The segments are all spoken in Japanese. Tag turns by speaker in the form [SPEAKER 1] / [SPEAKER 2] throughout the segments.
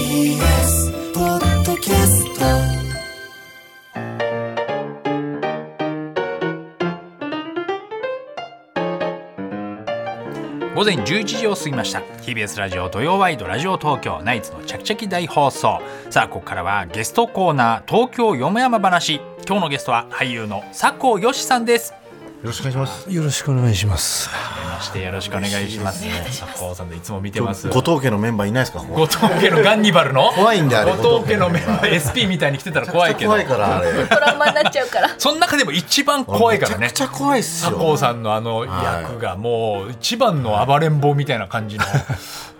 [SPEAKER 1] TBS ポッドキャスト
[SPEAKER 2] 午前11時を過ぎました TBS ラジオ土曜ワイドラジオ東京ナイツのチャキチャキ大放送さあここからはゲストコーナー東京よもやま話今日のゲストは俳優の佐藤よしさんです
[SPEAKER 3] よろしくお願いします。
[SPEAKER 4] よろしくお願いします。
[SPEAKER 2] はじめましてよろしくお願いします佐藤さんでいつも見てます
[SPEAKER 3] 後藤家のメンバーいないですか。
[SPEAKER 2] 後藤家のガンニバルの
[SPEAKER 3] 怖いんだよあれ
[SPEAKER 2] 後藤家のメンバー SP みたいに来てたら怖いけど
[SPEAKER 3] めちゃくちゃ怖いからあれ。
[SPEAKER 5] トラウマになっちゃうから
[SPEAKER 2] その中でも一番怖いから
[SPEAKER 3] め
[SPEAKER 2] ね
[SPEAKER 3] ちゃくちゃ怖いっす
[SPEAKER 2] 佐
[SPEAKER 3] よ。
[SPEAKER 2] 藤さんのあの
[SPEAKER 3] はい
[SPEAKER 2] 役がもう一番の暴れん坊みたいな感じの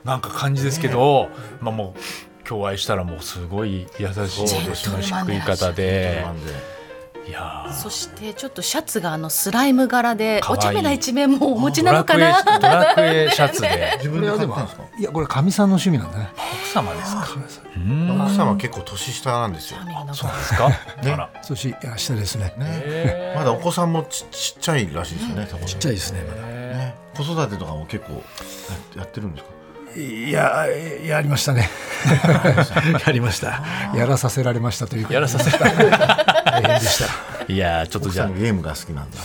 [SPEAKER 2] なんか感じですけど、まあもう今日愛したらもうすごい優しい
[SPEAKER 3] そうで
[SPEAKER 2] 腰
[SPEAKER 3] す
[SPEAKER 2] の低い方で
[SPEAKER 3] なんで
[SPEAKER 2] いやー
[SPEAKER 5] そしてちょっとシャツがあのスライム柄で
[SPEAKER 2] かわ
[SPEAKER 5] お
[SPEAKER 2] いい
[SPEAKER 5] 茶目な一面もお持ちなのか
[SPEAKER 2] ドラ
[SPEAKER 5] な
[SPEAKER 2] クエドラクエシャツで
[SPEAKER 3] 自分で買ったんですか。
[SPEAKER 4] いや、これかみさんの趣味なんだね。
[SPEAKER 2] 奥様ですか
[SPEAKER 3] 奥様結構年下なんですよ。
[SPEAKER 2] そうですか、
[SPEAKER 3] ね
[SPEAKER 2] あら
[SPEAKER 4] そして、明日ですね。
[SPEAKER 2] へー
[SPEAKER 3] まだお子さんもちちっちゃいらしいですよね。ち
[SPEAKER 4] ちっちゃいですね。まだ
[SPEAKER 3] ね。子育てとかも結構ややってるんですか。
[SPEAKER 4] いや、えやりましたね。 やりました。やらさせられましたというか。
[SPEAKER 2] やらさせた
[SPEAKER 4] 大変でした。
[SPEAKER 2] いやーちょっと
[SPEAKER 3] 奥
[SPEAKER 2] じ
[SPEAKER 3] さ
[SPEAKER 2] ゃ
[SPEAKER 3] んもゲームが好きなんだ。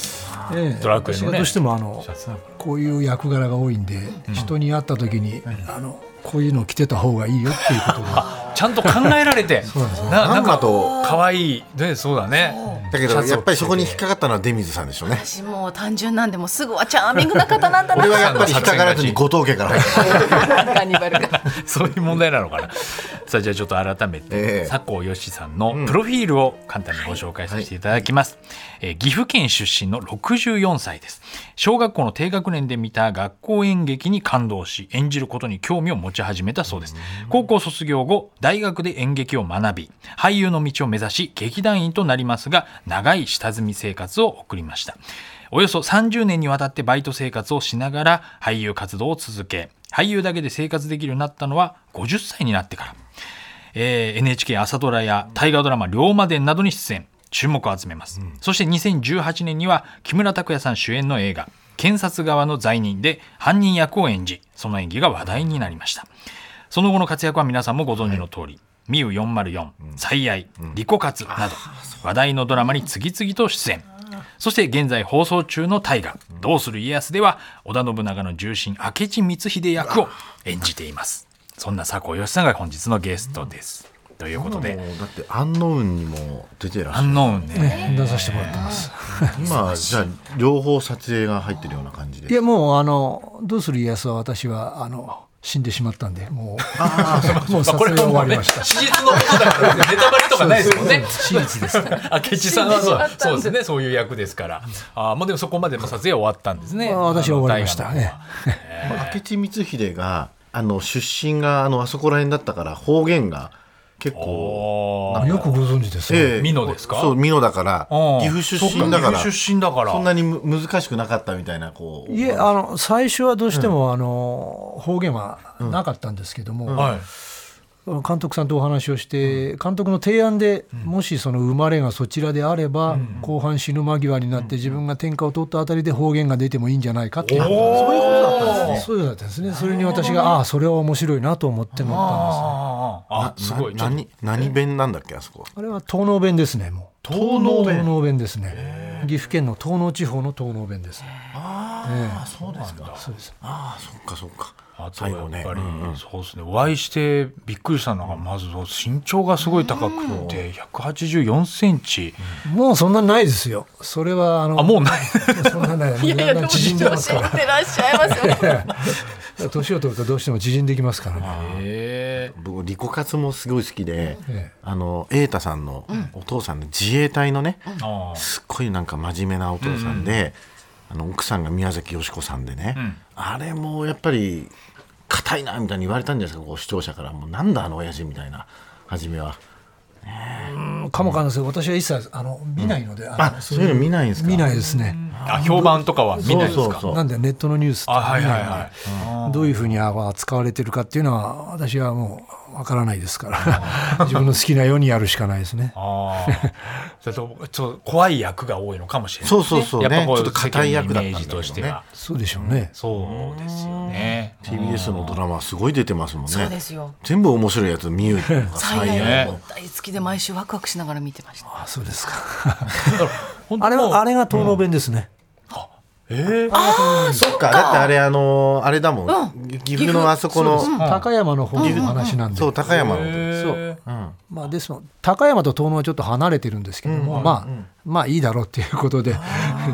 [SPEAKER 4] ええ
[SPEAKER 2] ドラクエのね
[SPEAKER 4] 私はどうしても、あの
[SPEAKER 2] シャツだか、
[SPEAKER 4] こういう役柄が多いんで、人に会った時に、あの、こういうの着てた方がいいよっていうこと が。
[SPEAKER 2] あちゃんと考えられて
[SPEAKER 4] なんですよ
[SPEAKER 2] な
[SPEAKER 3] な
[SPEAKER 2] なんん
[SPEAKER 3] か
[SPEAKER 2] か
[SPEAKER 3] と。
[SPEAKER 2] 可愛いでそうだね
[SPEAKER 3] だけ
[SPEAKER 2] シャツを着
[SPEAKER 3] ど
[SPEAKER 2] てて
[SPEAKER 3] やっぱりそこに引っかかったのは出水さんでしょうね。
[SPEAKER 5] 私もう単純なんでもうすぐはチャーミングな方 なんだな
[SPEAKER 3] 俺はやっぱり引っかからずに後藤家から入った。
[SPEAKER 5] ガニバルが
[SPEAKER 2] そういう問題なのかな。さあじゃあちょっと改めて、
[SPEAKER 3] ええ
[SPEAKER 2] 佐藤よしさんのプロフィールを簡単にご紹介させていただきます、えー岐阜県出身の64歳です小学校の低学年で見た学校演劇に感動し演じることに興味を持ち始めたそうです高校卒業後大学で演劇を学び俳優の道を目指し劇団員となりますが長い下積み生活を送りましたおよそ30年にわたってバイト生活をしながら俳優活動を続け俳優だけで生活できるようになったのは50歳になってから、えー NHK 朝ドラや大河ドラマ「龍馬伝」などに出演注目を集めます、そして2018年には木村拓哉さん主演の映画「検察側の罪人」で犯人役を演じその演技が話題になりましたその後の活躍は皆さんもご存知の通り、ミウ404、最愛、リコカツなど、話題のドラマに次々と出演。そして現在放送中の大河、どうする家康では、織田信長の重臣、明智光秀役を演じています。そんな佐藤義さんが本日のゲストです。ということで、
[SPEAKER 3] もうだって安納雲にも出てらっし
[SPEAKER 2] ア
[SPEAKER 3] ゃる
[SPEAKER 2] ンノーンね、
[SPEAKER 4] ね出させてもらってます。
[SPEAKER 3] 今じゃあ両方撮影が入ってるような感じ
[SPEAKER 4] い
[SPEAKER 3] で
[SPEAKER 4] や、もう、あの、どうする家康は、私は、あの、死んでしまったんで、もう。もう、撮
[SPEAKER 2] これ
[SPEAKER 4] 影
[SPEAKER 2] は
[SPEAKER 4] 終
[SPEAKER 2] も
[SPEAKER 4] わ
[SPEAKER 2] うね、
[SPEAKER 4] り
[SPEAKER 2] 史
[SPEAKER 4] ました。
[SPEAKER 2] 実のことだから、ネタバレとかないですもんね。
[SPEAKER 4] 真実です。
[SPEAKER 2] 明智さんはそう
[SPEAKER 5] 死んでしまったんで
[SPEAKER 2] そうですね、そういう役ですから。あーもうでもそこまでも撮影終わったんですね。
[SPEAKER 4] あ私は終わりまし
[SPEAKER 2] あ
[SPEAKER 4] た。
[SPEAKER 2] の大河の
[SPEAKER 4] ね
[SPEAKER 3] 明智光秀があの出身があのあそこら辺だったから方言が結構
[SPEAKER 2] おー
[SPEAKER 4] よくご存知ですね。
[SPEAKER 3] ええ
[SPEAKER 2] 美濃ですか
[SPEAKER 3] そう美濃だから
[SPEAKER 2] うん
[SPEAKER 3] 岐阜出身だから
[SPEAKER 2] そっ岐阜出身だから
[SPEAKER 3] そんなにむ難しくなかったみたいなこう
[SPEAKER 4] いえあの最初はどうしても、あの方言はなかったんですけども、
[SPEAKER 2] はい。
[SPEAKER 4] 監督さんとお話をして、監督の提案で、もしその生まれがそちらであれば、後半死ぬ間際になって自分が天下を取ったあたりで方言が出てもいいんじゃないかって
[SPEAKER 2] おお。そういうことだったんです
[SPEAKER 4] そうだったんですねそれに私がああそれは面白いなと思って乗ったんで
[SPEAKER 2] あああああすごい。ちょっと
[SPEAKER 3] 何何弁なんだっけあそこ
[SPEAKER 4] すあれは東能弁ですねもう
[SPEAKER 3] 東能弁
[SPEAKER 4] 東能弁ですね岐阜県の東能地方の東能弁です
[SPEAKER 3] ああそうですか
[SPEAKER 4] そうです
[SPEAKER 3] ああそっかそっか
[SPEAKER 2] あと
[SPEAKER 3] 最
[SPEAKER 2] や
[SPEAKER 3] 後
[SPEAKER 2] っ
[SPEAKER 3] ね
[SPEAKER 2] ぱり、
[SPEAKER 3] うんうん
[SPEAKER 2] そうですねお会いしてびっくりしたのがまず身長がすごい高くて184センチ、
[SPEAKER 4] もうそんなないですよそれはあの
[SPEAKER 2] あもうない
[SPEAKER 4] そんなない
[SPEAKER 5] いやいやでも縮
[SPEAKER 4] 縮ん
[SPEAKER 5] ん
[SPEAKER 4] で
[SPEAKER 5] で
[SPEAKER 4] ますから
[SPEAKER 5] らっしゃい ますよね
[SPEAKER 4] 年を取るとどうしても縮んできますからね。
[SPEAKER 2] へえ
[SPEAKER 3] 僕リコカツもすごい好きで、
[SPEAKER 4] ええ
[SPEAKER 3] あの瑛太さんのお父さんの自衛隊のね、
[SPEAKER 2] ああ
[SPEAKER 3] すっごいなんか真面目なお父さんで、あの奥さんが宮崎美子さんでね、
[SPEAKER 2] ん
[SPEAKER 3] あれもやっぱり硬いなみたいに言われたんじゃないですかこう視聴者からもうなんだあの親父みたいな初めは
[SPEAKER 4] のかもかんないですけど私は一切あの見ないので、あの
[SPEAKER 3] あそういうの見ないんですか
[SPEAKER 4] 見ないですね。
[SPEAKER 2] あ 評判とかは見ないですか
[SPEAKER 3] そうそうそう
[SPEAKER 4] なんでネットのニュースと
[SPEAKER 2] あ
[SPEAKER 4] か
[SPEAKER 2] はい
[SPEAKER 4] 見
[SPEAKER 2] はい
[SPEAKER 4] ないので
[SPEAKER 2] はい、
[SPEAKER 4] どういうふうに扱われてるかっていうのは私はもうわからないですから 自分の好きなようにやるしかないですね。
[SPEAKER 2] ああちょっとちょっと怖い役が多いのかもしれないですね
[SPEAKER 3] そうそうそうね
[SPEAKER 2] やっぱこう
[SPEAKER 3] ちょっと硬い役だったんだ
[SPEAKER 2] 世間のイメー
[SPEAKER 3] けどね
[SPEAKER 2] ジとしては
[SPEAKER 4] そうでしょうね。
[SPEAKER 2] そうですよね
[SPEAKER 3] TBS のドラマすごい出てますもんね
[SPEAKER 5] そうですよ
[SPEAKER 3] 全部面白いやつ見るのが
[SPEAKER 5] 最
[SPEAKER 3] 最
[SPEAKER 5] 愛
[SPEAKER 2] 愛の
[SPEAKER 5] のも大好きで毎週ワクワクしながら見てました
[SPEAKER 4] あそうですか。
[SPEAKER 2] 本当
[SPEAKER 4] あれはあれが東能弁ですね。
[SPEAKER 2] えー
[SPEAKER 3] 悪そっかだってあれあのあれだもん、
[SPEAKER 5] うん
[SPEAKER 3] 岐阜のあそこのそう,、
[SPEAKER 4] 高山の方の話なんで。
[SPEAKER 3] 高山の、
[SPEAKER 4] そう
[SPEAKER 3] うん
[SPEAKER 4] まあ、ですの高山と遠野はちょっと離れてるんですけども、まあ、まあいいだろうっていうことで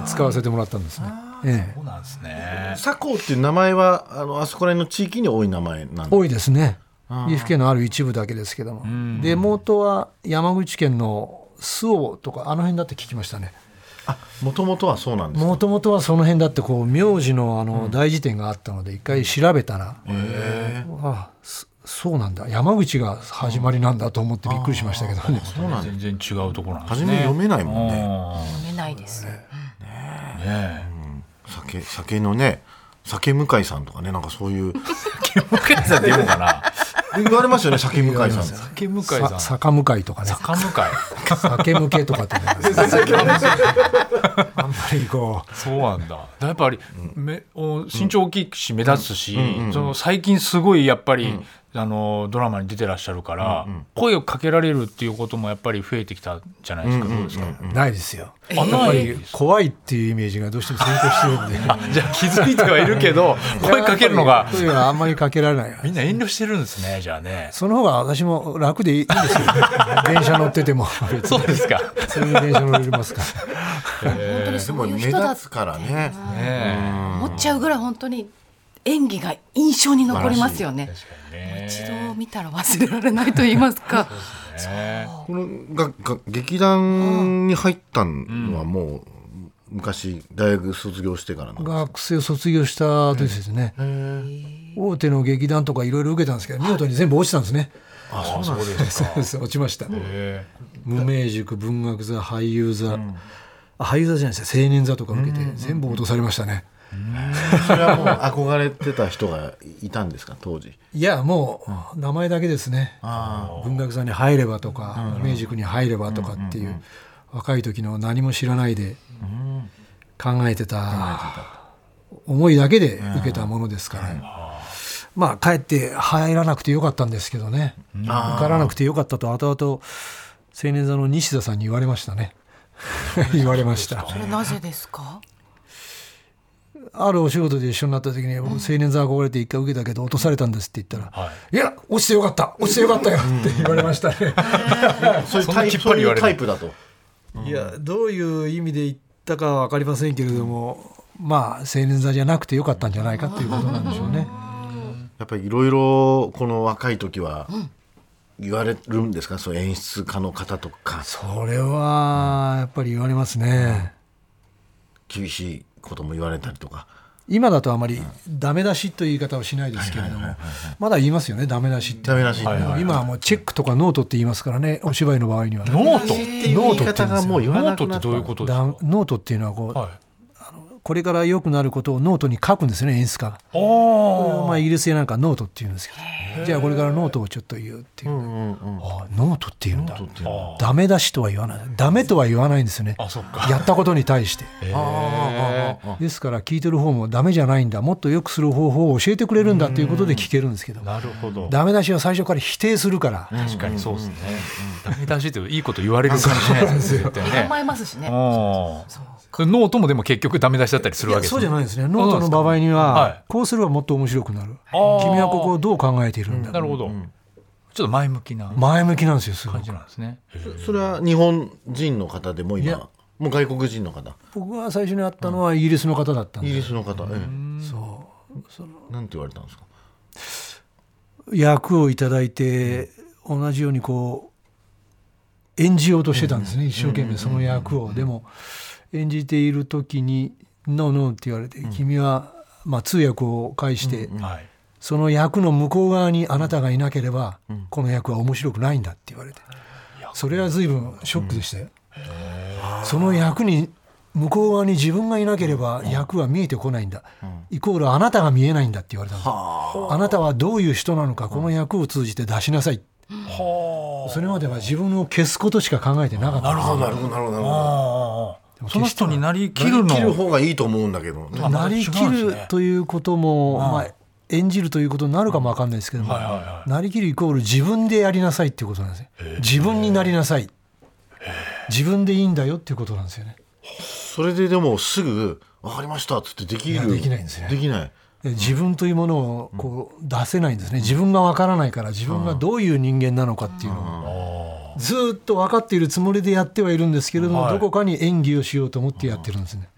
[SPEAKER 4] 使わせてもらったんですね。ええ
[SPEAKER 2] そうなんですね
[SPEAKER 3] 佐高っていう名前はあのあそこら辺の地域に多い名前なんで
[SPEAKER 4] 多いですね岐阜県のある一部だけですけども、で元は山口県の周防とかあの辺だって聞きましたね
[SPEAKER 3] もともとはそうなんですか
[SPEAKER 4] もともとはその辺だってこう名字のあの大辞典があったので一回調べたら、あそそうなんだ山口が始まりなんだと思ってびっくりしましたけどね。
[SPEAKER 3] そうなんです
[SPEAKER 2] 全然違うところなんです
[SPEAKER 3] 初
[SPEAKER 2] ね
[SPEAKER 3] め読めないもんね
[SPEAKER 2] ね
[SPEAKER 5] 見ないです
[SPEAKER 2] ね
[SPEAKER 3] 酒酒のね酒向井さんとかねなんかそういう
[SPEAKER 2] 向井さんって読むかな
[SPEAKER 3] 言われますよね酒向井さんって
[SPEAKER 2] 酒向井さ
[SPEAKER 4] さ
[SPEAKER 2] ん
[SPEAKER 4] 坂向いとかね
[SPEAKER 2] 坂向井
[SPEAKER 4] 酒向けとかってねあんまりこう
[SPEAKER 2] そうなんだやっぱり、めお身長大きいし目立つし、その最近すごいやっぱり、あのドラマに出てらっしゃるから、声をかけられるっていうこともやっぱり増えてきたじゃないですか、どうですか、
[SPEAKER 4] ないですよ
[SPEAKER 2] あ
[SPEAKER 4] やっぱ
[SPEAKER 2] ない
[SPEAKER 4] り怖いっていうイメージがどうしても先行してるんで
[SPEAKER 2] じゃあ気づいてはいるけど声かけるのが
[SPEAKER 4] 声はあんまりかけられない
[SPEAKER 2] みんな遠慮してるんですねじゃあね
[SPEAKER 4] その方が私も楽でいいんですよ電車乗ってても別に
[SPEAKER 2] そうですか、ね
[SPEAKER 4] 普通に電車乗れますから
[SPEAKER 5] 本当に
[SPEAKER 3] で
[SPEAKER 5] そ
[SPEAKER 3] も
[SPEAKER 5] ういう
[SPEAKER 3] 目
[SPEAKER 5] 人だ
[SPEAKER 3] 立
[SPEAKER 5] って
[SPEAKER 3] つからね
[SPEAKER 2] え
[SPEAKER 5] 思っちゃうぐらい本当に演技が印象に残りますよね
[SPEAKER 2] 確かにね
[SPEAKER 5] 一度見たら忘れられないと言いますか
[SPEAKER 2] ね
[SPEAKER 3] このがが劇団に入ったのはもう、昔大学卒業してからなんです
[SPEAKER 4] 学生卒業した時ですね、大手の劇団とかいろいろ受けたんですけど見事に全部落ちたんですね
[SPEAKER 2] あそうですか
[SPEAKER 4] そうです落ちました
[SPEAKER 2] へ
[SPEAKER 4] 無名塾文学座俳優座、あ俳優座じゃないですね青年座とか受けて全部落とされましたね、
[SPEAKER 3] それはもう憧れてた人がいたんですか当時
[SPEAKER 4] いやもう名前だけですね、
[SPEAKER 3] あ
[SPEAKER 4] 文学座に入ればとか、明治塾に入ればとかっていう、若い時の何も知らないで考えてた思いだけで受けたものですから、まあかえって入らなくてよかったんですけどね、受からなくてよかったと後々青年座の西田さんに言われましたね 言われました
[SPEAKER 5] それなぜですか
[SPEAKER 4] あるお仕事で一緒になった時に僕青年座憧れて一回受けたけど落とされたんですって言ったら
[SPEAKER 2] は
[SPEAKER 4] 「いや落ちてよかった落ちてよかったよ」って言われましたね
[SPEAKER 3] あそういう
[SPEAKER 2] そんな
[SPEAKER 3] タイ
[SPEAKER 2] き
[SPEAKER 3] プ
[SPEAKER 2] っぱ
[SPEAKER 3] そう
[SPEAKER 2] り
[SPEAKER 3] い
[SPEAKER 2] 言われ
[SPEAKER 3] う
[SPEAKER 2] る
[SPEAKER 3] タイプだと
[SPEAKER 4] いやどういう意味で言ったかは分かりませんけれども、まあ青年座じゃなくてよかったんじゃないかということなんでしょうね。
[SPEAKER 3] やっぱりいろいろこの若い時は言われるんですか、そう演出家の方とか
[SPEAKER 4] それはやっぱり言われますね。
[SPEAKER 3] 厳しいことも言われたりとか
[SPEAKER 4] 今だとあまりダメ出しという言い方をしないですけれども、まだ言いますよねダメ出しって。
[SPEAKER 3] ダメらしい、
[SPEAKER 2] はいはい
[SPEAKER 4] 今はもうチェックとかノートって言いますからねお芝居の場合にはね。
[SPEAKER 2] ノート
[SPEAKER 3] ノートってもう言わ
[SPEAKER 2] ノ
[SPEAKER 3] な
[SPEAKER 2] ート
[SPEAKER 3] く
[SPEAKER 2] っ
[SPEAKER 3] な
[SPEAKER 2] て
[SPEAKER 3] った
[SPEAKER 2] どういうことです
[SPEAKER 4] だ
[SPEAKER 2] か
[SPEAKER 4] ノートっていうのはこう、
[SPEAKER 2] はい
[SPEAKER 4] これから良くなることをノートに書くんですよね演出家が。これ
[SPEAKER 2] お
[SPEAKER 4] をまあイギリスでなんかノートって言うんですけどじゃあこれからノートをちょっと言うっていう,、あノートって言うんだダメ出しとは言わないダメとは言わないんですよね
[SPEAKER 2] あそっか
[SPEAKER 4] やったことに対して
[SPEAKER 2] あー
[SPEAKER 4] ですから聞いてる方もダメじゃないんだもっと良くする方法を教えてくれるんだっていうことで聞けるんですけど
[SPEAKER 2] なるほど
[SPEAKER 4] ダメ出しは最初から否定するから、
[SPEAKER 2] 確かにそうですねダメ出しっていいこと言われるかもしれないですね絶対ね
[SPEAKER 5] 甘えますしね
[SPEAKER 2] あーノートもでも結局ダメ出しだったりするわけです
[SPEAKER 4] そうじゃないですね
[SPEAKER 2] うなん
[SPEAKER 4] ノ
[SPEAKER 2] です
[SPEAKER 4] ー
[SPEAKER 2] か
[SPEAKER 4] トの場合に
[SPEAKER 2] はい
[SPEAKER 4] はこうすればもっと面白くなる君
[SPEAKER 2] あー
[SPEAKER 4] はここをどう考えているんだ
[SPEAKER 2] なるほどちょっと前向きな
[SPEAKER 4] 前向きなんですよすごい
[SPEAKER 2] 感じなんですね
[SPEAKER 3] それは日本人の方でも
[SPEAKER 4] い
[SPEAKER 3] 今
[SPEAKER 4] や
[SPEAKER 3] もう外国人の方
[SPEAKER 4] 僕が最初に会ったのはイギリスの方だったん
[SPEAKER 3] イ
[SPEAKER 4] で
[SPEAKER 3] ギリスの方、ええ、
[SPEAKER 4] そう
[SPEAKER 3] なんて言われたんですか
[SPEAKER 4] 役をいただいて同じようにこう演じようとしてたんですね一生懸命その役をでも演じている時に「ノーノー」って言われて君はまあ通訳を介して
[SPEAKER 2] はい
[SPEAKER 4] その役の向こう側にあなたがいなければこの役は面白くないんだって言われて
[SPEAKER 2] だ
[SPEAKER 4] それは随分ショックでしたよ、その役に向こう側に自分がいなければ役は見えてこないんだ、イコールあなたが見えないんだって言われたんですあなたはどういう人なのかこの役を通じて出しなさい、それまでは自分を消すことしか考えてなかった
[SPEAKER 3] なるほどなるほどなるほどなるほ
[SPEAKER 2] ああその人になりきる
[SPEAKER 3] ど切る
[SPEAKER 2] の
[SPEAKER 3] 方がいいと思うんだけどね
[SPEAKER 2] あ
[SPEAKER 4] なりき
[SPEAKER 2] 違うんで
[SPEAKER 4] る
[SPEAKER 2] すね
[SPEAKER 4] ということも、まあ、演じるということになるかもわかんないですけども、
[SPEAKER 2] はいはいは
[SPEAKER 4] なりきるイコール自分でやりなさいっていうことなんですね自分になりなさい自分でいいんだよっていうことなんですよね
[SPEAKER 3] それででもすぐ「分かりました」っつってでき
[SPEAKER 4] いや
[SPEAKER 3] る
[SPEAKER 4] できないんですね
[SPEAKER 3] できない
[SPEAKER 4] で自分というものをこう出せないんですね自分がわからないから自分がどういう人間なのかっていうのをずーっと分かっているつもりでやってはいるんですけれども
[SPEAKER 2] はい
[SPEAKER 4] どこかに演技をしようと思ってやってるんですね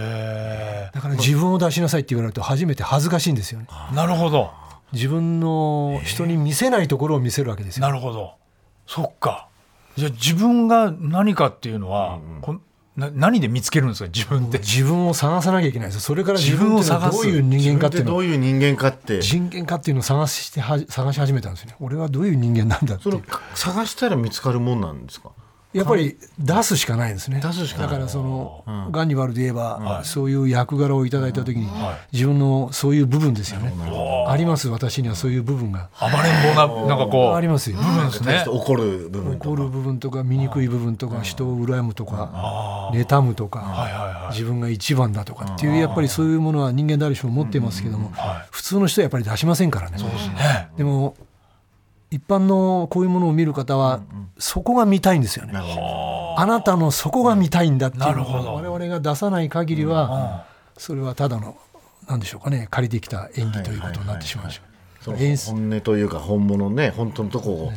[SPEAKER 2] へ
[SPEAKER 4] だから自分を出しなさいって言われると初めて恥ずかしいんですよね
[SPEAKER 2] えなるほど
[SPEAKER 4] 自分の人に見せないところを見せるわけですよ
[SPEAKER 2] なるほどそっかじゃあ自分が何かっていうのは、こんな何で見つけるんですか自分って
[SPEAKER 4] 自分を探さなきゃいけないんですよそれから自分を
[SPEAKER 2] 自分を探
[SPEAKER 4] 探
[SPEAKER 2] す
[SPEAKER 4] すどういう人間かってい
[SPEAKER 3] 自分
[SPEAKER 4] うの
[SPEAKER 3] ど
[SPEAKER 4] を
[SPEAKER 3] ういう人間かって
[SPEAKER 4] 人間かっていうのを探しては探し始めたんですよね俺はどういう人間なんだって
[SPEAKER 3] そ
[SPEAKER 4] い
[SPEAKER 3] れ
[SPEAKER 4] う
[SPEAKER 3] 探したら見つかるもんなんですか
[SPEAKER 4] やっぱり出すしかないんですね
[SPEAKER 3] 出すしかない
[SPEAKER 4] だからその、ガンニバルで言えば、そういう役柄をいただいた時に、
[SPEAKER 2] はい
[SPEAKER 4] 自分のそういう部分ですよね、あります私にはそういう部分が
[SPEAKER 2] 暴れん坊ななんかこう
[SPEAKER 4] ありますよ
[SPEAKER 2] 部分です
[SPEAKER 3] 対し
[SPEAKER 2] ね
[SPEAKER 3] て怒る部分と
[SPEAKER 4] 怒
[SPEAKER 3] か
[SPEAKER 4] る部分とか醜い部分とか人を羨むとか妬むと
[SPEAKER 2] いはい
[SPEAKER 4] か
[SPEAKER 2] はい
[SPEAKER 4] 自分が一番だとかっていうやっぱりそういうものは人間誰しも持ってますけども
[SPEAKER 2] はい
[SPEAKER 4] 普通の人はやっぱり出しませんからね
[SPEAKER 2] ね
[SPEAKER 4] でも一般のこういうものを見る方はそこが見たいんですよねあなたのそこが見たいんだっていう
[SPEAKER 2] なるほど
[SPEAKER 4] のを我々が出さない限りはそれはただの何でしょうかね借りてきた演技ということになってしまうでしょ
[SPEAKER 3] そうう
[SPEAKER 4] 演出
[SPEAKER 3] 本音というか本物ね本当のとこを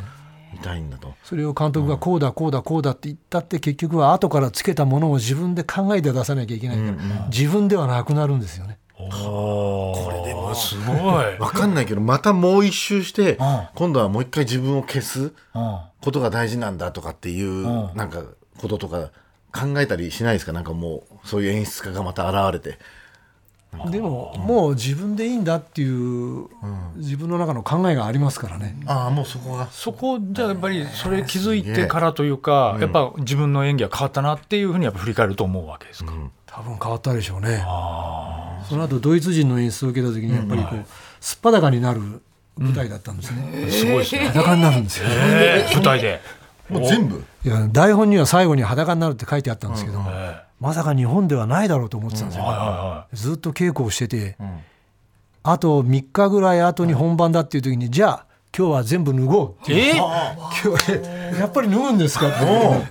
[SPEAKER 3] 見たいんだと
[SPEAKER 4] それを監督がこうだこうだこうだって言ったって結局は後からつけたものを自分で考えて出さなきゃいけないから、自分ではなくなるんですよね。
[SPEAKER 2] おこれでもすごい、 うん、
[SPEAKER 3] 分かんないけどまたもう一周して
[SPEAKER 2] うん
[SPEAKER 3] 今度はもう一回自分を消すことが大事なんだとかっていうなんかこととか考えたりしないですかなんかもうそういう演出家がまた現れて
[SPEAKER 4] でももう自分でいいんだっていう自分の中の考えがありますからね。
[SPEAKER 3] ああもうそこが
[SPEAKER 2] そこじゃやっぱりそれ気づいてからというか、やっぱ自分の演技は変わったなっていうふうにやっぱ振り返ると思うわけですか、
[SPEAKER 4] 多分変わったでしょうね。その後ドイツ人の演出を受けた時にやっぱりこうすっぱだかになる舞台だったんですね。
[SPEAKER 2] すごいですね、
[SPEAKER 4] 裸になるんですよ。
[SPEAKER 2] えー舞台で
[SPEAKER 3] もう全部
[SPEAKER 4] いや台本には最後に裸になるって書いてあったんですけども、
[SPEAKER 2] えーは
[SPEAKER 4] まさか日本ではないだろうと思ってたんですよ。
[SPEAKER 2] いは
[SPEAKER 4] ずっと稽古をしてて、あと3日ぐらい後に本番だっていう時に、じゃあ今日は全部脱ごうって
[SPEAKER 2] いはいえー
[SPEAKER 4] 今日えやっぱり脱ぐんですかって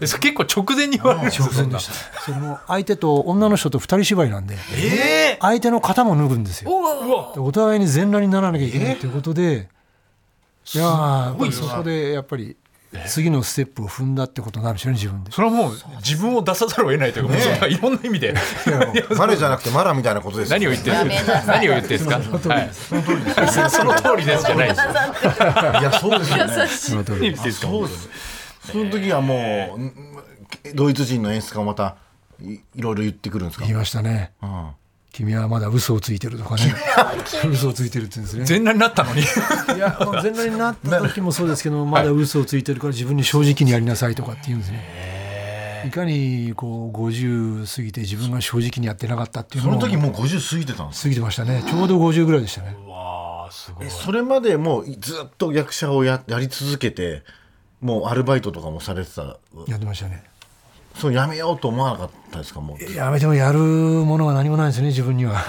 [SPEAKER 2] えそれ結構直前に言われるんですよ
[SPEAKER 4] 挑戦でしたそれも相手と女の人と2人芝居なんで、相手の肩も脱ぐんですよ
[SPEAKER 2] うわ
[SPEAKER 4] お互いに全裸にならなきゃいけないということで、いやーやっぱりそこでやっぱり次のステップを踏んだってことになるんでしょうね自分で。
[SPEAKER 2] それはもう自分を出さざるを得ないというか、もうそれはいろんな意 味で
[SPEAKER 3] マレじゃなくてマラみたいなことですよね
[SPEAKER 2] 何を言ってるんですか何を言ってるんですかはいその通りですじゃないです
[SPEAKER 3] いやそうですよね
[SPEAKER 4] その
[SPEAKER 2] 何を言っ
[SPEAKER 4] 通り
[SPEAKER 2] てるんですか
[SPEAKER 3] そうです。その時はもう、んドイツ人の演出家もまたいいろいろ言ってくるんですか
[SPEAKER 4] 言い。ましたね、君はまだ嘘をついてるとかね嘘をついてるって言うんですね
[SPEAKER 2] 全裸になったの に
[SPEAKER 4] いや、まあ、全裸になった時もそうです けど、まだ嘘をついてるから自分に正直にやりなさいとかって言うんですね。いかにこう50過ぎて自分が正直にやってなかったっていう
[SPEAKER 3] そ
[SPEAKER 4] の
[SPEAKER 3] の
[SPEAKER 4] を
[SPEAKER 3] 時もう50過ぎてたんです。
[SPEAKER 4] 過ぎてましたね。ちょうど50ぐらいでしたね。
[SPEAKER 2] わあすごい
[SPEAKER 3] それまでもうずっと役者をややり続けて、もうアルバイトとかもされてた。
[SPEAKER 4] やってましたね。
[SPEAKER 3] そうやめようと思わなかったですかもう。
[SPEAKER 4] やめてもやるものは何もないですね、自分には。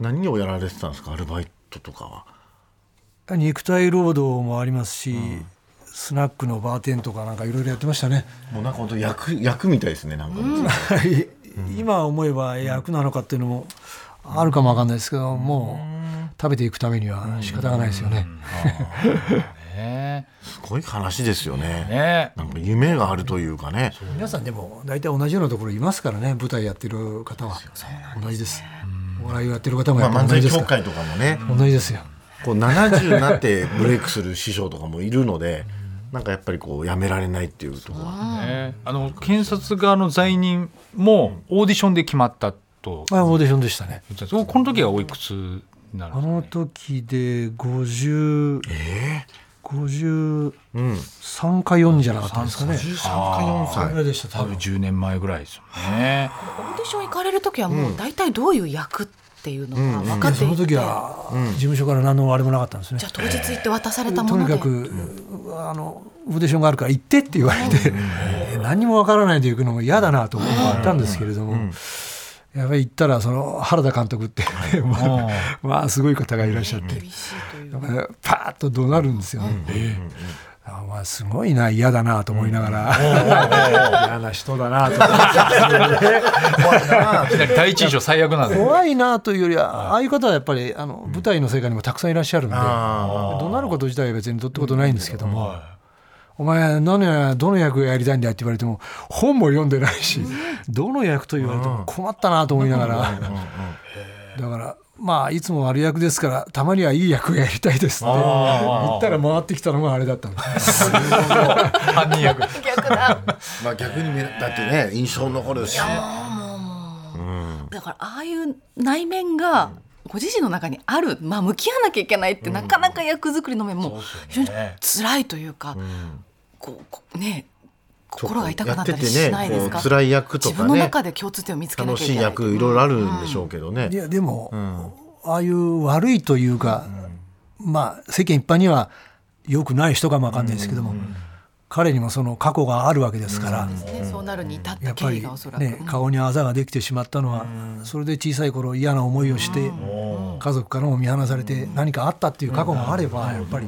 [SPEAKER 3] 何をやられてたんですかアルバイトとかは。
[SPEAKER 4] 肉体労働もありますし、スナックのバーテンとかなんかいろいろやってましたね。
[SPEAKER 3] もうなんか本当役役みたいですねなんか。
[SPEAKER 4] はい 今思えば役なのかっていうのもあるかもわかんないですけど、もう食べていくためには仕方がないですよね。
[SPEAKER 2] ね
[SPEAKER 3] すごい話ですよね。
[SPEAKER 2] ね
[SPEAKER 3] なんか夢があるというかね。
[SPEAKER 4] 皆さんでも大体同じようなところいますからね舞台やってる方は同じですお笑いをやってる方も
[SPEAKER 3] ま
[SPEAKER 4] や
[SPEAKER 3] あ
[SPEAKER 4] っぱ
[SPEAKER 3] 漫
[SPEAKER 4] 同
[SPEAKER 3] 才
[SPEAKER 4] じです
[SPEAKER 3] 協
[SPEAKER 4] から
[SPEAKER 3] 会とかもね。
[SPEAKER 4] 同じですよ
[SPEAKER 3] こう70になってブレイクする師匠とかもいるので、なんかやっぱりこうやめられないっていうところは。
[SPEAKER 2] ねあの検察側の罪人もオーディションで決まったと
[SPEAKER 4] あオーディションでしたね
[SPEAKER 2] 言ってたんですけどこの時はおいくつになる
[SPEAKER 4] あ
[SPEAKER 2] んですか
[SPEAKER 4] の時で50、え53か4じゃなかったですかね、
[SPEAKER 3] 13か
[SPEAKER 2] そ
[SPEAKER 3] 4歳
[SPEAKER 2] れでした多分10年前ぐらいですもんね
[SPEAKER 5] オーディション行かれる時はもう大体どういう役っていうのが分
[SPEAKER 4] い
[SPEAKER 5] か
[SPEAKER 4] や
[SPEAKER 5] って
[SPEAKER 4] そ
[SPEAKER 5] い
[SPEAKER 4] の
[SPEAKER 5] て、
[SPEAKER 4] 時
[SPEAKER 5] じゃあ
[SPEAKER 4] は事務所から何のあれもなかったんですね、
[SPEAKER 5] 当日行って渡されたも
[SPEAKER 4] と
[SPEAKER 5] の
[SPEAKER 4] に
[SPEAKER 5] で
[SPEAKER 4] かく、あのオーディションがあるから行ってって言われて、何にもわからないで行くのも嫌だなと思ったんですけれども、やっぱり行ったらその原田監督って、 まあ、まあすごい方がいらっしゃって、
[SPEAKER 5] 厳しいという
[SPEAKER 4] やっぱりパーッと怒鳴るんですよね。あまあ、すごいな嫌だなと思いながら、嫌な人だなと思って
[SPEAKER 2] いきなり第一印象最悪なんで
[SPEAKER 4] 怖いなというよりはああいう方はやっぱりあの舞台の世界にもたくさんいらっしゃるんで
[SPEAKER 3] あ
[SPEAKER 4] 怒鳴ること自体は別にどってことないんですけども。お前何やどの役をやりたいんだよって言われても本も読んでないしどの役と言われても困ったなと思いながらだからまあいつも悪役ですからたまにはいい役をやりたいですって言ったら回ってきたのがあれだったんです
[SPEAKER 2] 犯人役
[SPEAKER 5] 逆だ
[SPEAKER 3] まあ逆に目だってね印象残るし
[SPEAKER 5] だからああいう内面がご自身の中にある、まあ、向き合わなきゃいけないって、なかなか役作りの面も非常に辛いというか、こうこうね心が痛くなったりしないです
[SPEAKER 3] こ
[SPEAKER 5] か、
[SPEAKER 3] う辛い役と
[SPEAKER 5] 自
[SPEAKER 3] か
[SPEAKER 5] 分の
[SPEAKER 3] ね
[SPEAKER 5] 中で共通点を見つけな
[SPEAKER 3] 楽
[SPEAKER 5] きゃいけ
[SPEAKER 3] し
[SPEAKER 5] ないい
[SPEAKER 3] 役いろいろあるんでしょうけどね
[SPEAKER 4] いやでも、ああいう悪いというか、まあ世間一般には良くない人かもわかんないですけども、彼にもその過去があるわけですから、
[SPEAKER 5] ね、そうなるに至った
[SPEAKER 4] やっぱ
[SPEAKER 5] 経
[SPEAKER 4] り
[SPEAKER 5] 緯がおそらく、
[SPEAKER 4] ね
[SPEAKER 5] うん
[SPEAKER 4] 顔にあざができてしまったのは、それで小さい頃嫌な思いをして、家族からも見放されて何かあったっていう過去があれば、やっぱり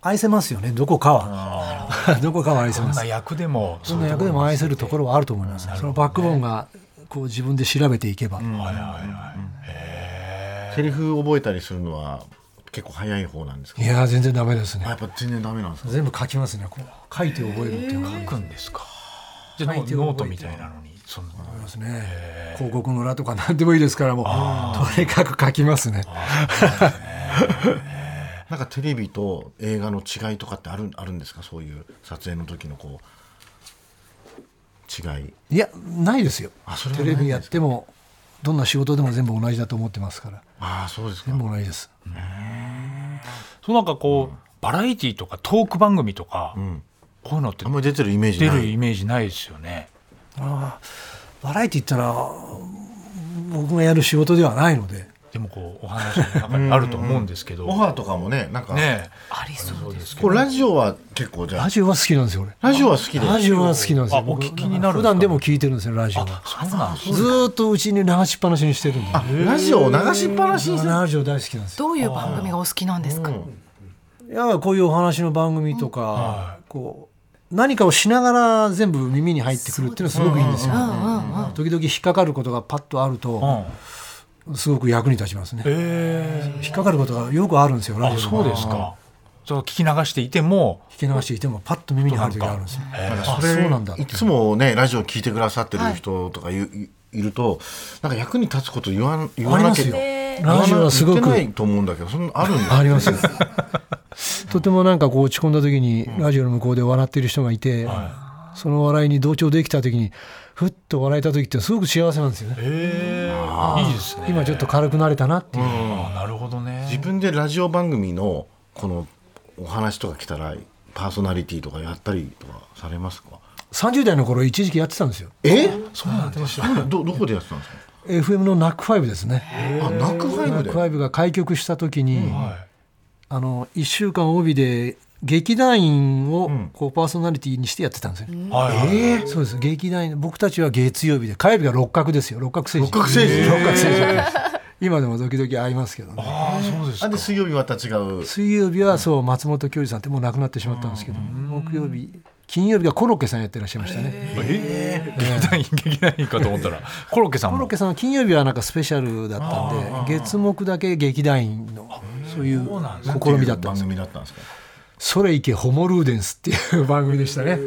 [SPEAKER 4] 愛せますよねどこかは どこかは愛せ
[SPEAKER 2] どん
[SPEAKER 4] ます
[SPEAKER 2] な役でも
[SPEAKER 4] どんな役でも愛せるところはあると思います、そのバックボーンがこう自分で調べていけば、
[SPEAKER 3] セリフ覚えたりするのは結構早い方なんですけ
[SPEAKER 4] い
[SPEAKER 3] ど
[SPEAKER 4] や全然ダメですね
[SPEAKER 3] あやっぱ全然ダメなんですか
[SPEAKER 4] 全部書きますねこう書いて覚えるっていうのがあり
[SPEAKER 2] 書くんですかじゃあノートみたいなのにその
[SPEAKER 4] ますね広告の裏とか何でもいいですからもうとにかく書きますね
[SPEAKER 3] なんかテレビと映画の違いとかってあるあるんですかそういう撮影の時のこう違い
[SPEAKER 4] いやないですよ
[SPEAKER 3] あそれは
[SPEAKER 4] テ
[SPEAKER 3] ないんですか
[SPEAKER 4] レビやってもどんな仕事でも全部同じだと思ってますから
[SPEAKER 3] ああそうですか
[SPEAKER 4] 全部同じです
[SPEAKER 2] そうなんかこうバラエティーとかトーク番組とかこういうのって
[SPEAKER 3] あんまり出てるイメージ
[SPEAKER 2] 出
[SPEAKER 3] な
[SPEAKER 2] る
[SPEAKER 3] い
[SPEAKER 2] イメージないですよね
[SPEAKER 4] バラエティってのは僕がやる仕事ではないので
[SPEAKER 2] でもこうお話の中にあると思うんですけど
[SPEAKER 3] オファーとかもねなんか
[SPEAKER 2] ね
[SPEAKER 5] ありそうです
[SPEAKER 3] これラジオは結構じゃ
[SPEAKER 4] ラ
[SPEAKER 3] あ
[SPEAKER 4] ジオは好きなんですよ俺
[SPEAKER 3] ラジオは好きで
[SPEAKER 4] ラジオは好きなんですよ
[SPEAKER 2] あお聞きになるんですか
[SPEAKER 4] 僕普段でも聞いてるんですよラジオは
[SPEAKER 2] そうなんです
[SPEAKER 4] ずーっとうちに流しっぱなしにしてるんで
[SPEAKER 3] ラジオを流しっぱなしにする
[SPEAKER 4] ラジオ大好きなんですよ
[SPEAKER 5] どういう番組がお好きなんですか、
[SPEAKER 4] いやこういうお話の番組とか、こう何かをしながら全部耳に入ってくるっていうのはすごくいいんですよ、時々引っかかることがパッとあると、
[SPEAKER 2] うん
[SPEAKER 4] すごく役に立ちますね、引っかかることがよくあるんですよラ
[SPEAKER 2] あ
[SPEAKER 4] ジオ
[SPEAKER 2] そうですかそう聞き流していても
[SPEAKER 4] 引き流していてもパッと耳に入る時があるんですよ、あ
[SPEAKER 3] それ
[SPEAKER 4] そうなんだって
[SPEAKER 3] いつもねラジオ聞いてくださってる人とかい,、い、るとなんか役に立つこと言わん言
[SPEAKER 4] あ
[SPEAKER 3] わ
[SPEAKER 4] り
[SPEAKER 3] な
[SPEAKER 4] ま
[SPEAKER 3] きゃ
[SPEAKER 4] す
[SPEAKER 3] 言
[SPEAKER 4] よ
[SPEAKER 3] わな
[SPEAKER 4] ラジオはすご
[SPEAKER 3] 言って
[SPEAKER 4] く
[SPEAKER 3] ないと思うんだけどそんなあるんだ
[SPEAKER 4] ありますよとてもなんかこう落ち込んだ時に、ラジオの向こうで笑ってる人がいて、その笑いに同調できた時にふっと笑えた時ってすごく幸せなんですよね、
[SPEAKER 2] いいですね
[SPEAKER 4] 今ちょっと軽くなれたなっていう、
[SPEAKER 2] あなるほどね
[SPEAKER 3] 自分でラジオ番組のこのお話とか来たらパーソナリティとかやったりとかされますか
[SPEAKER 4] 30代の頃一時期やってたんですよ
[SPEAKER 3] えそうなんですかどどこでやってたんですか
[SPEAKER 4] FM のナックファイブですね
[SPEAKER 3] あナックファイ
[SPEAKER 4] ナ
[SPEAKER 3] ブ
[SPEAKER 4] ック
[SPEAKER 3] で
[SPEAKER 4] ファイブが開局した時に、あの1週間帯で劇団員をこうパーソナリティにしてやってたんですよ、
[SPEAKER 2] はいはい
[SPEAKER 4] そうです劇団員僕たちは月曜日で火曜日が六角ですよ六角政治
[SPEAKER 3] 六角星人
[SPEAKER 4] 六角政治今でも時々会いますけどね
[SPEAKER 2] あそうです
[SPEAKER 3] あで水曜日また違う
[SPEAKER 4] 水曜日はそう松本清二さんってもう亡くなってしまったんですけど木曜日金曜日がコロッケさんやってらっしゃいましたね
[SPEAKER 2] え劇団員劇団員かと思ったらコロッケさん
[SPEAKER 4] コロ
[SPEAKER 2] も
[SPEAKER 4] ッケさんは金曜日はなんかスペシャルだったんで月木だけ劇団員のそういう試みだった
[SPEAKER 3] 番
[SPEAKER 4] んです
[SPEAKER 3] 組だったんですか
[SPEAKER 4] それいけホモルーデンスっていう番組でしたね。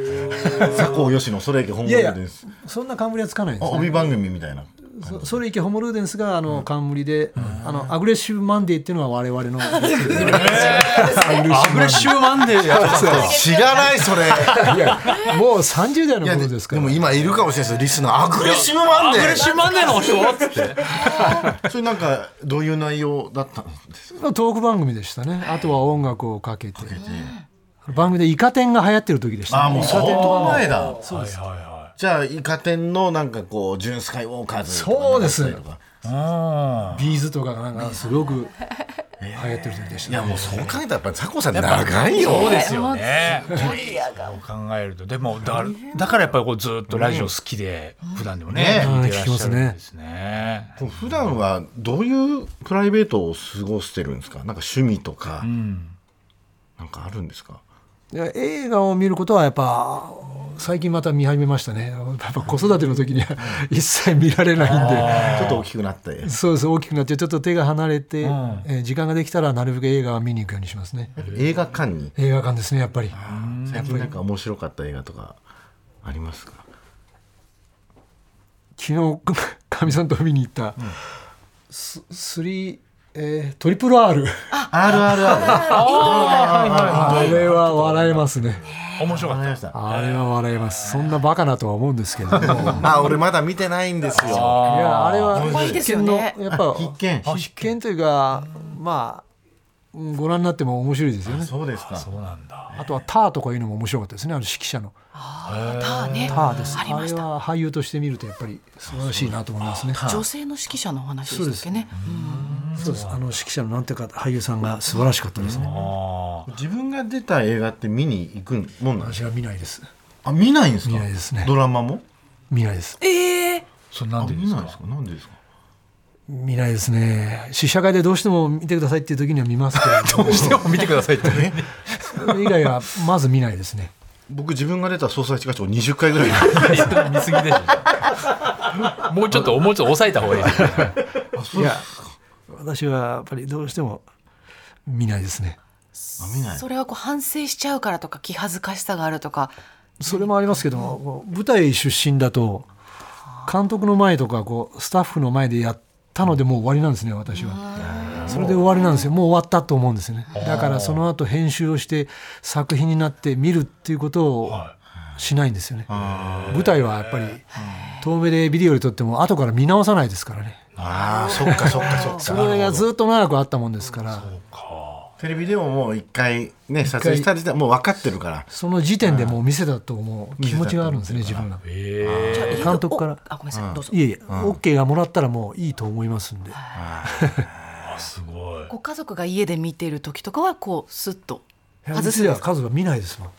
[SPEAKER 3] 佐藤よしのそれいけ本
[SPEAKER 4] いやい
[SPEAKER 3] 物
[SPEAKER 4] や
[SPEAKER 3] です、
[SPEAKER 4] そんな冠はつかないんで
[SPEAKER 3] あ
[SPEAKER 4] すね。
[SPEAKER 3] 帯番組みたいな
[SPEAKER 4] そそれいけホモルーデンスがあの冠で、あのアグレッシブマンデーって いうのは我々の。
[SPEAKER 2] アグレッシブマンデーやってた んだ
[SPEAKER 6] 知らないそれ
[SPEAKER 4] いやもう三十代の頃ですから。
[SPEAKER 6] も今いるかもしれないですリスナーアグレッシブマン
[SPEAKER 2] ア
[SPEAKER 6] デ
[SPEAKER 2] グレッ
[SPEAKER 6] ー
[SPEAKER 2] シブマンデーの人っつって
[SPEAKER 3] それなんかどういう内容だったんですか
[SPEAKER 4] トーク番組でしたね。あとは音楽をかけて。番組でイカ天が流行ってる時でした、
[SPEAKER 6] あもう相当前だ
[SPEAKER 2] そうです。はいはいはい。
[SPEAKER 3] じゃあイカ天のなんかこうジュンスカイウォーカーズとか
[SPEAKER 4] そうです
[SPEAKER 3] なんか
[SPEAKER 2] あ
[SPEAKER 4] ビーズとかがなんかすご く流行ってる時でした、
[SPEAKER 3] い
[SPEAKER 4] ね
[SPEAKER 3] やもうそう考えたらやっぱり佐古さん長いよ
[SPEAKER 2] そうですよね。そう考えるとでもだだからやっぱりこうずっとラジオ好きで、普段でもね、
[SPEAKER 4] うん
[SPEAKER 2] 見てらっしゃるんですね。
[SPEAKER 3] 普段はどういうプライベートを過ごしてるんですかなんか趣味とか、なんかあるんですか
[SPEAKER 4] いや映画を見ることはやっぱ最近また見始めましたねやっぱ子育ての時には一切見られないん
[SPEAKER 3] ちょっと大きくなって
[SPEAKER 4] でそうです大きくなってちょっと手が離れて、えー時間ができたらなるべく映画を見に行くようにしますね
[SPEAKER 3] 映画館に
[SPEAKER 4] 映画館ですねやっぱり
[SPEAKER 3] 最近なんか面白かった映画とかありますか
[SPEAKER 4] 昨日かみさんと見に行った、ススリーえートリプル R
[SPEAKER 3] あるあるある
[SPEAKER 4] あれは笑えますね
[SPEAKER 2] 面白か
[SPEAKER 3] わ
[SPEAKER 2] った。
[SPEAKER 3] かりました
[SPEAKER 4] あれは笑えますそんなバカなとは思うんですけれどもいや
[SPEAKER 6] あ俺まだ見てないんですよ
[SPEAKER 4] あれは
[SPEAKER 5] 怖いですよね
[SPEAKER 4] 必見のやっぱ
[SPEAKER 3] 必見
[SPEAKER 4] 必見というかまあうんご覧になっても面白いですよね
[SPEAKER 3] そうですか
[SPEAKER 2] そうなんだ。
[SPEAKER 4] あとは「ター」とかいうのも面白かったですねあの指揮者の
[SPEAKER 5] ター
[SPEAKER 4] 「
[SPEAKER 5] ね
[SPEAKER 4] ター」です
[SPEAKER 5] あり
[SPEAKER 4] あ
[SPEAKER 5] ま
[SPEAKER 4] れ
[SPEAKER 5] した
[SPEAKER 4] は俳優として見るとやっぱり素晴らしいなと思いますね
[SPEAKER 5] 女性の指揮者のお話でしたっけね
[SPEAKER 4] そうですあの指揮者のなんていうか俳優さんが素晴らしかったですね
[SPEAKER 2] あ
[SPEAKER 3] 自分が出た映画って見に行くもんなんです
[SPEAKER 4] 私は見ないです
[SPEAKER 3] あ見ないんですか
[SPEAKER 4] 見ないですね
[SPEAKER 3] ドラマも
[SPEAKER 4] 見ないです
[SPEAKER 5] ええ
[SPEAKER 2] それなん
[SPEAKER 3] あ
[SPEAKER 2] でで
[SPEAKER 3] 見
[SPEAKER 2] す
[SPEAKER 3] ない
[SPEAKER 2] か
[SPEAKER 3] です。かなんでですか
[SPEAKER 4] 見ないですね試写会でどうしても見てくださいっていう時には見ますけ どどうしても
[SPEAKER 2] 見てください って。
[SPEAKER 4] それ以外はまず見ないですね
[SPEAKER 3] 僕自分が出た総裁地下長20回ぐらい
[SPEAKER 2] 見過ぎでしょ。もうちょっともうちょっと抑えた方がいいですよ。
[SPEAKER 4] いや私はやっぱりどうしても見ないですね
[SPEAKER 3] あ見ない
[SPEAKER 5] それはこう反省しちゃうからとか気恥ずかしさがあるとか
[SPEAKER 4] それもありますけども舞台出身だと監督の前とかこうスタッフの前でやったのでもう終わりなんですね私はそれで終わりなんですよもう終わったと思うんですよねだからその後編集をして作品になって見るっていうことをしないんですよね舞台はやっぱり遠目でビデオで撮っても後から見直さないですからね
[SPEAKER 3] ああそっかそっかそっか
[SPEAKER 4] それがずっと長くあったもんですから
[SPEAKER 3] テレビでももう一回ね撮影した時点もう分かってるから
[SPEAKER 4] その時点でもう見せたと思う気持ちがあるんですね自分が
[SPEAKER 2] ええ。
[SPEAKER 4] 監督から
[SPEAKER 5] あごめんなさいどうぞ
[SPEAKER 4] いえいえ OK がもらったらもういいと思いますんで。
[SPEAKER 2] あすごい。
[SPEAKER 5] ご家族が家で見てる時とかはこうスッと外
[SPEAKER 4] 外
[SPEAKER 5] す
[SPEAKER 4] す
[SPEAKER 5] んで
[SPEAKER 4] は
[SPEAKER 5] すか
[SPEAKER 4] 数は見ないですもん。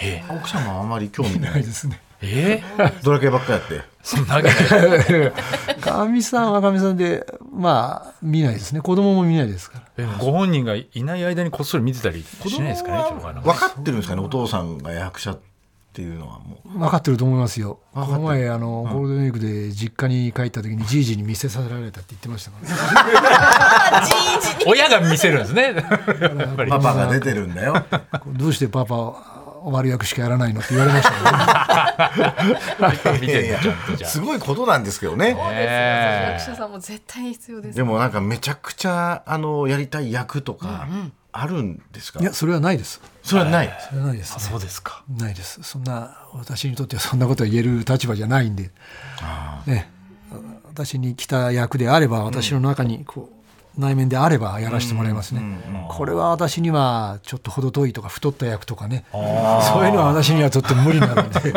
[SPEAKER 2] え
[SPEAKER 3] 奥様はあまり興味ない
[SPEAKER 4] ないですね。
[SPEAKER 2] え。
[SPEAKER 3] ドラクエばっかやって
[SPEAKER 2] そんなわけない。
[SPEAKER 4] かみさんはかみさんで、まあ、見ないですね。子供も見ないですから。
[SPEAKER 2] でもご本人がいない間にこっそり見てたりしないですかね。ちょっと
[SPEAKER 3] 分かってるんですかねお父さんが役者っていうのはも
[SPEAKER 4] 分かってると思いますよ。
[SPEAKER 3] 分
[SPEAKER 4] こ
[SPEAKER 3] かってる
[SPEAKER 4] の前、あの、ゴールデンウィークで実家に帰った時に、じいじに見せさせられたって言ってましたからね。
[SPEAKER 2] 親が見せるんです ね。やっぱ
[SPEAKER 3] う
[SPEAKER 2] り。
[SPEAKER 3] パパが出てるんだよ
[SPEAKER 4] どうしてパパは悪役しかやらないのって言われましたからね。
[SPEAKER 6] い
[SPEAKER 2] 見て
[SPEAKER 6] や
[SPEAKER 2] ん
[SPEAKER 6] い
[SPEAKER 2] だ
[SPEAKER 6] や
[SPEAKER 2] ちゃんとじゃあ。
[SPEAKER 6] すごいことなんですけどね
[SPEAKER 5] 役者さんも絶対に必要です
[SPEAKER 3] でもなんかめちゃくちゃあのやりたい役とかあるんですか、
[SPEAKER 4] いや、それはないです。
[SPEAKER 3] それはない
[SPEAKER 4] それはないです、ね。
[SPEAKER 2] そうですか。
[SPEAKER 4] ないですそんな私にとってはそんなことは言える立場じゃないんで、ね、私に来た役であれば私の中にこう、内面であればやらせてもらいますね、これは私にはちょっと程遠いとか太った役とかねそういうのは私にはちょっと無理なの で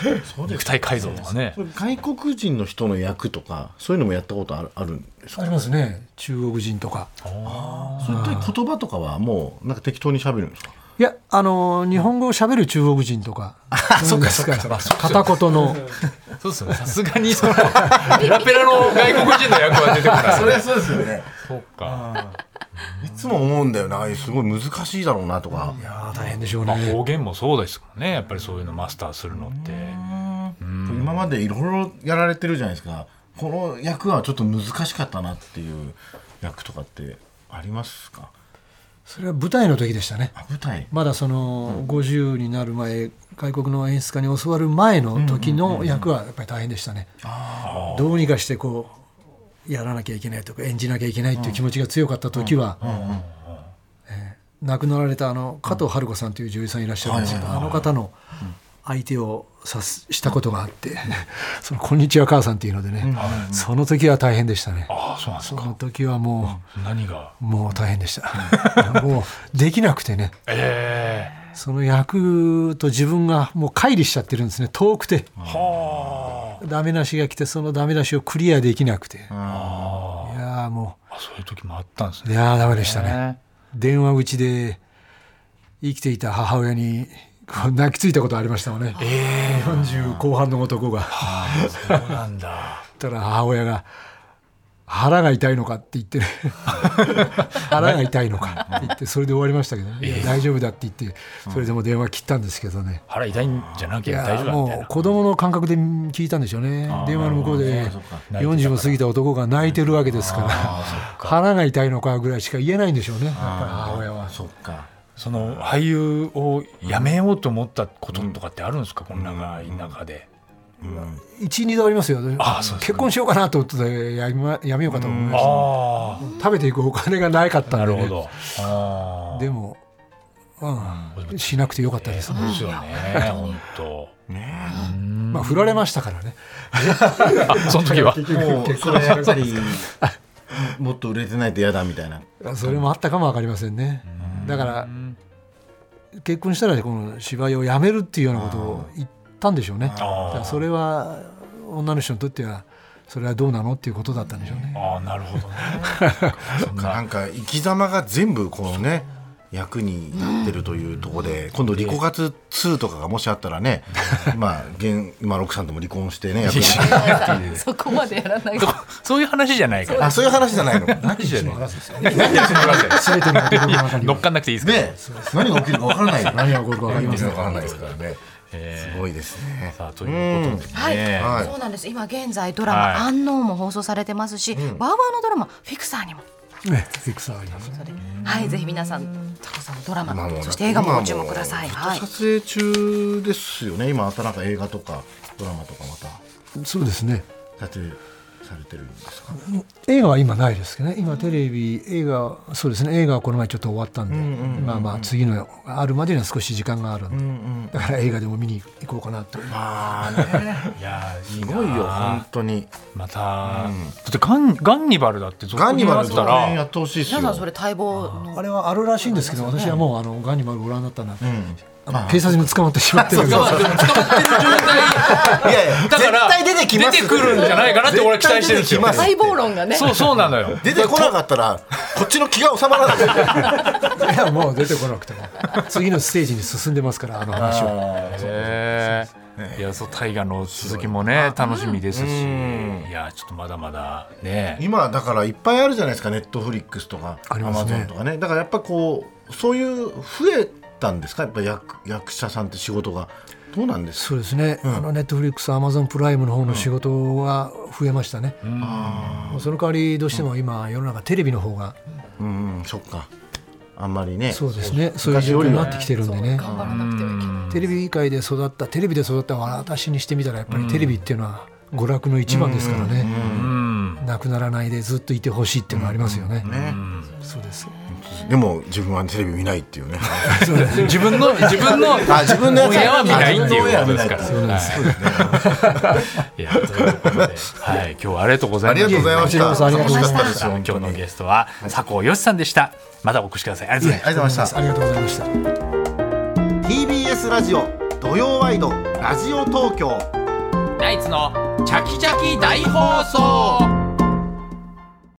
[SPEAKER 2] 肉体改造とかね。
[SPEAKER 3] 外国人の人の役とかそういうのもやったことあるあるんです
[SPEAKER 4] あ
[SPEAKER 3] か
[SPEAKER 4] りますね中国人とか
[SPEAKER 3] そういった言葉とかはもうなんか適当に喋るんですか
[SPEAKER 4] いやあの日本語を喋る中国人とかそうですから片言の
[SPEAKER 2] そうですよね。さすがにそのペラペラの外国人の役は出てこない。
[SPEAKER 6] れはそうですよね
[SPEAKER 2] そうか。
[SPEAKER 6] いつも思うんだよなああいう
[SPEAKER 3] すごい難しいだろうなとか、
[SPEAKER 4] あー大変でしょう
[SPEAKER 2] まあ
[SPEAKER 4] ね
[SPEAKER 2] 方言もそうですもんね。やっぱりそういうのマスターするのって。
[SPEAKER 3] 今までいろいろやられてるじゃないですかこの役はちょっと難しかったなっていう役とかってありますか
[SPEAKER 4] それは舞台の時でしたね
[SPEAKER 3] あ舞台
[SPEAKER 4] まだその50になる前外国の演出家に教わる前の時の役はやっぱり大変でしたね。どうにかしてこうやらなきゃいけないとか演じなきゃいけないっていう気持ちが強かった時はえー亡くなられたあの加藤春子さんという女優さんいらっしゃるんですけどあの方の相手をさすしたことがあって その「こんにちは母さん」っていうのでねその時は大変でしたね。
[SPEAKER 2] ああ、そうなんです
[SPEAKER 4] そ
[SPEAKER 2] か。
[SPEAKER 4] の時はも
[SPEAKER 2] 何が。
[SPEAKER 4] うもう大変でした。もうできなくてね。
[SPEAKER 2] ええ
[SPEAKER 4] その役と自分がもう乖離しちゃってるんですね遠くてダメ出しが来てそのダメ出しをクリアできなくていやーも
[SPEAKER 2] あそういう時もあったんです
[SPEAKER 4] うい
[SPEAKER 2] ね。
[SPEAKER 4] やーダメでしたね電話口で生きていた母親にこう泣きついたことありましたもんね、40後半の男が
[SPEAKER 2] あーそうなんだ。
[SPEAKER 4] たら母親が「腹が痛いのか?」って 言ってね腹が痛いのかって言ってそれで終わりましたけどね、いや大丈夫だって言ってそれでもう電話切ったんですけどね、
[SPEAKER 2] 腹痛いんじゃなき
[SPEAKER 4] い
[SPEAKER 2] ゃ
[SPEAKER 4] や
[SPEAKER 2] 大丈夫だみたい
[SPEAKER 4] もう
[SPEAKER 2] な。
[SPEAKER 4] 子供の感覚で聞いたんでしょうね電話の向こうで40も過ぎた男が泣いてるわけですから腹が痛いのかぐらいしか言えないんでしょうねやっぱり母親は。
[SPEAKER 3] そっか
[SPEAKER 2] その俳優をやめようと思ったこととかってあるんですか、こんな長い中で。
[SPEAKER 4] 12度ありますよ
[SPEAKER 2] あそうですか
[SPEAKER 4] 結婚しようかなと思っててやめまやめようかと思いました
[SPEAKER 2] あ
[SPEAKER 4] 食べていくお金がなかっ
[SPEAKER 2] あ、
[SPEAKER 4] たん
[SPEAKER 2] な
[SPEAKER 4] で、
[SPEAKER 2] る
[SPEAKER 4] ね、
[SPEAKER 2] ほど。あー
[SPEAKER 4] でも、うん、しなくてよかったです、
[SPEAKER 2] そうですよね、本当。
[SPEAKER 4] まあ振られましたからね
[SPEAKER 2] あ、その時は。
[SPEAKER 3] もうそれやっぱり もっと売れてないと嫌だみたいな
[SPEAKER 4] それもあったかも分かりませんねだから結婚したらこの芝居をやめるっていうようなことを言ったんでしょうねだからそれは女の人にとってはそれはどうなのっていうことだったんでしょうね
[SPEAKER 2] ああ、なるほどね。そんな
[SPEAKER 3] なんか生き様が全部このね役になってるというところで今度「リコカツ2」とかがもしあったら ね今現今六さんとも離婚 してね役に
[SPEAKER 5] そこまでやらないと。
[SPEAKER 2] そういう話じゃないから。
[SPEAKER 3] あそういう話じゃ ないのね
[SPEAKER 2] 話じゃない。
[SPEAKER 4] 全ての男の中に
[SPEAKER 2] 乗っかんなくていいですか。
[SPEAKER 3] 何が起きるか分からない
[SPEAKER 4] 何が起こるか分かりません
[SPEAKER 3] 分からないですからねすごいですね
[SPEAKER 2] さあ、ということで
[SPEAKER 5] はい、
[SPEAKER 2] ね。
[SPEAKER 3] はい
[SPEAKER 5] そうなんです。今現在ドラマ、
[SPEAKER 2] はい
[SPEAKER 5] 安納も放送されてますし、バーバーのドラマフィクサーにも。
[SPEAKER 4] ねフィクサーありますね
[SPEAKER 5] はい、ぜひ皆さん、タコさんのドラ
[SPEAKER 3] まあも
[SPEAKER 5] マ、
[SPEAKER 3] う
[SPEAKER 5] そして映画も
[SPEAKER 3] 今
[SPEAKER 5] ご注目ください。
[SPEAKER 3] ずっ
[SPEAKER 5] は
[SPEAKER 3] と
[SPEAKER 5] い。
[SPEAKER 3] 撮影中ですよね今またなんか映画とかドラマとかまた
[SPEAKER 4] そうですね
[SPEAKER 3] 撮影されてるんですか
[SPEAKER 4] 映画は今ないですけどね今テレビ映画そうですね映画はこの前ちょっと終わったんで、まあまあ次のあるまでには少し時間があるんで、だから映画でも見に行こうかなと
[SPEAKER 3] ああね
[SPEAKER 2] いやー、
[SPEAKER 3] すごいよ本当に
[SPEAKER 2] また、だってガンガンニバルだって続
[SPEAKER 3] ガンニ
[SPEAKER 2] 編
[SPEAKER 3] バ
[SPEAKER 2] あっ
[SPEAKER 3] ル
[SPEAKER 2] た
[SPEAKER 3] 続編や
[SPEAKER 2] ら
[SPEAKER 3] ってほしいですよ
[SPEAKER 5] 皆さん、それ待望の。
[SPEAKER 4] あれはあるらしいんですけど私はもうあのガンニバルご覧になったら、あの警察に捕まってしまってるんで
[SPEAKER 3] いやいや
[SPEAKER 2] だから
[SPEAKER 3] 絶対出てきます
[SPEAKER 2] 出てくるんじゃないかなって俺は期待してるんですよ
[SPEAKER 3] 絶対出てきます
[SPEAKER 5] 待望論がね。
[SPEAKER 2] そうそうなのよ
[SPEAKER 3] 出てこなかったらこっちの気が収まらない
[SPEAKER 4] いやもう出てこなくて も次のステージに進んでますからあの話は
[SPEAKER 2] へーいやそう大河の続きもね楽しみですしいやちょっとまだまだ ね
[SPEAKER 3] 今だからいっぱいあるじゃないですかネットフリックスとか
[SPEAKER 4] あ
[SPEAKER 3] ア
[SPEAKER 4] りま
[SPEAKER 3] マ
[SPEAKER 4] すね
[SPEAKER 3] ゾンとかねだからやっぱこうそういう増えたんですかやっぱ役役者さんって仕事がどうなんです
[SPEAKER 4] そうですね、あのネットフリックスアマゾンプライムの方の仕事は増えましたね、その代わりどうしても今世の中テレビの方が
[SPEAKER 3] うんそっかあんまりね
[SPEAKER 4] そうですねそういう状況になってきてるんでね
[SPEAKER 5] 頑張らなくてはいけない。
[SPEAKER 4] テレビ界で育ったテレビで育った私にしてみたらやっぱりテレビっていうのは娯楽の一番ですからね、なくならないでずっといてほしいっていうのはありますよね、
[SPEAKER 3] ね
[SPEAKER 4] そうです
[SPEAKER 3] でも自分はテレビ見ないっていうね
[SPEAKER 2] 自分の自分 の
[SPEAKER 3] あ自分のやつ
[SPEAKER 2] 親は見ない
[SPEAKER 3] あ
[SPEAKER 2] って
[SPEAKER 3] 自
[SPEAKER 2] いう
[SPEAKER 3] 分
[SPEAKER 2] こ
[SPEAKER 3] の親は
[SPEAKER 2] と
[SPEAKER 3] 見
[SPEAKER 2] で
[SPEAKER 3] な
[SPEAKER 2] す
[SPEAKER 3] い
[SPEAKER 2] からはいいやということではい今日はありがとうござい
[SPEAKER 3] あ
[SPEAKER 2] ま
[SPEAKER 3] りがとうございま
[SPEAKER 4] こ
[SPEAKER 3] し
[SPEAKER 4] ち
[SPEAKER 3] た
[SPEAKER 4] らこそありがとうございました
[SPEAKER 3] 楽しかったです
[SPEAKER 2] 今日のゲストは佐藤よしさんでしたまたお越しくださいありがとうございました
[SPEAKER 3] ありがとうございました
[SPEAKER 4] ありがとうございました
[SPEAKER 3] TBS ラジオ土曜ワイドラジオ東京
[SPEAKER 2] ナイツのチャキチャキ大放送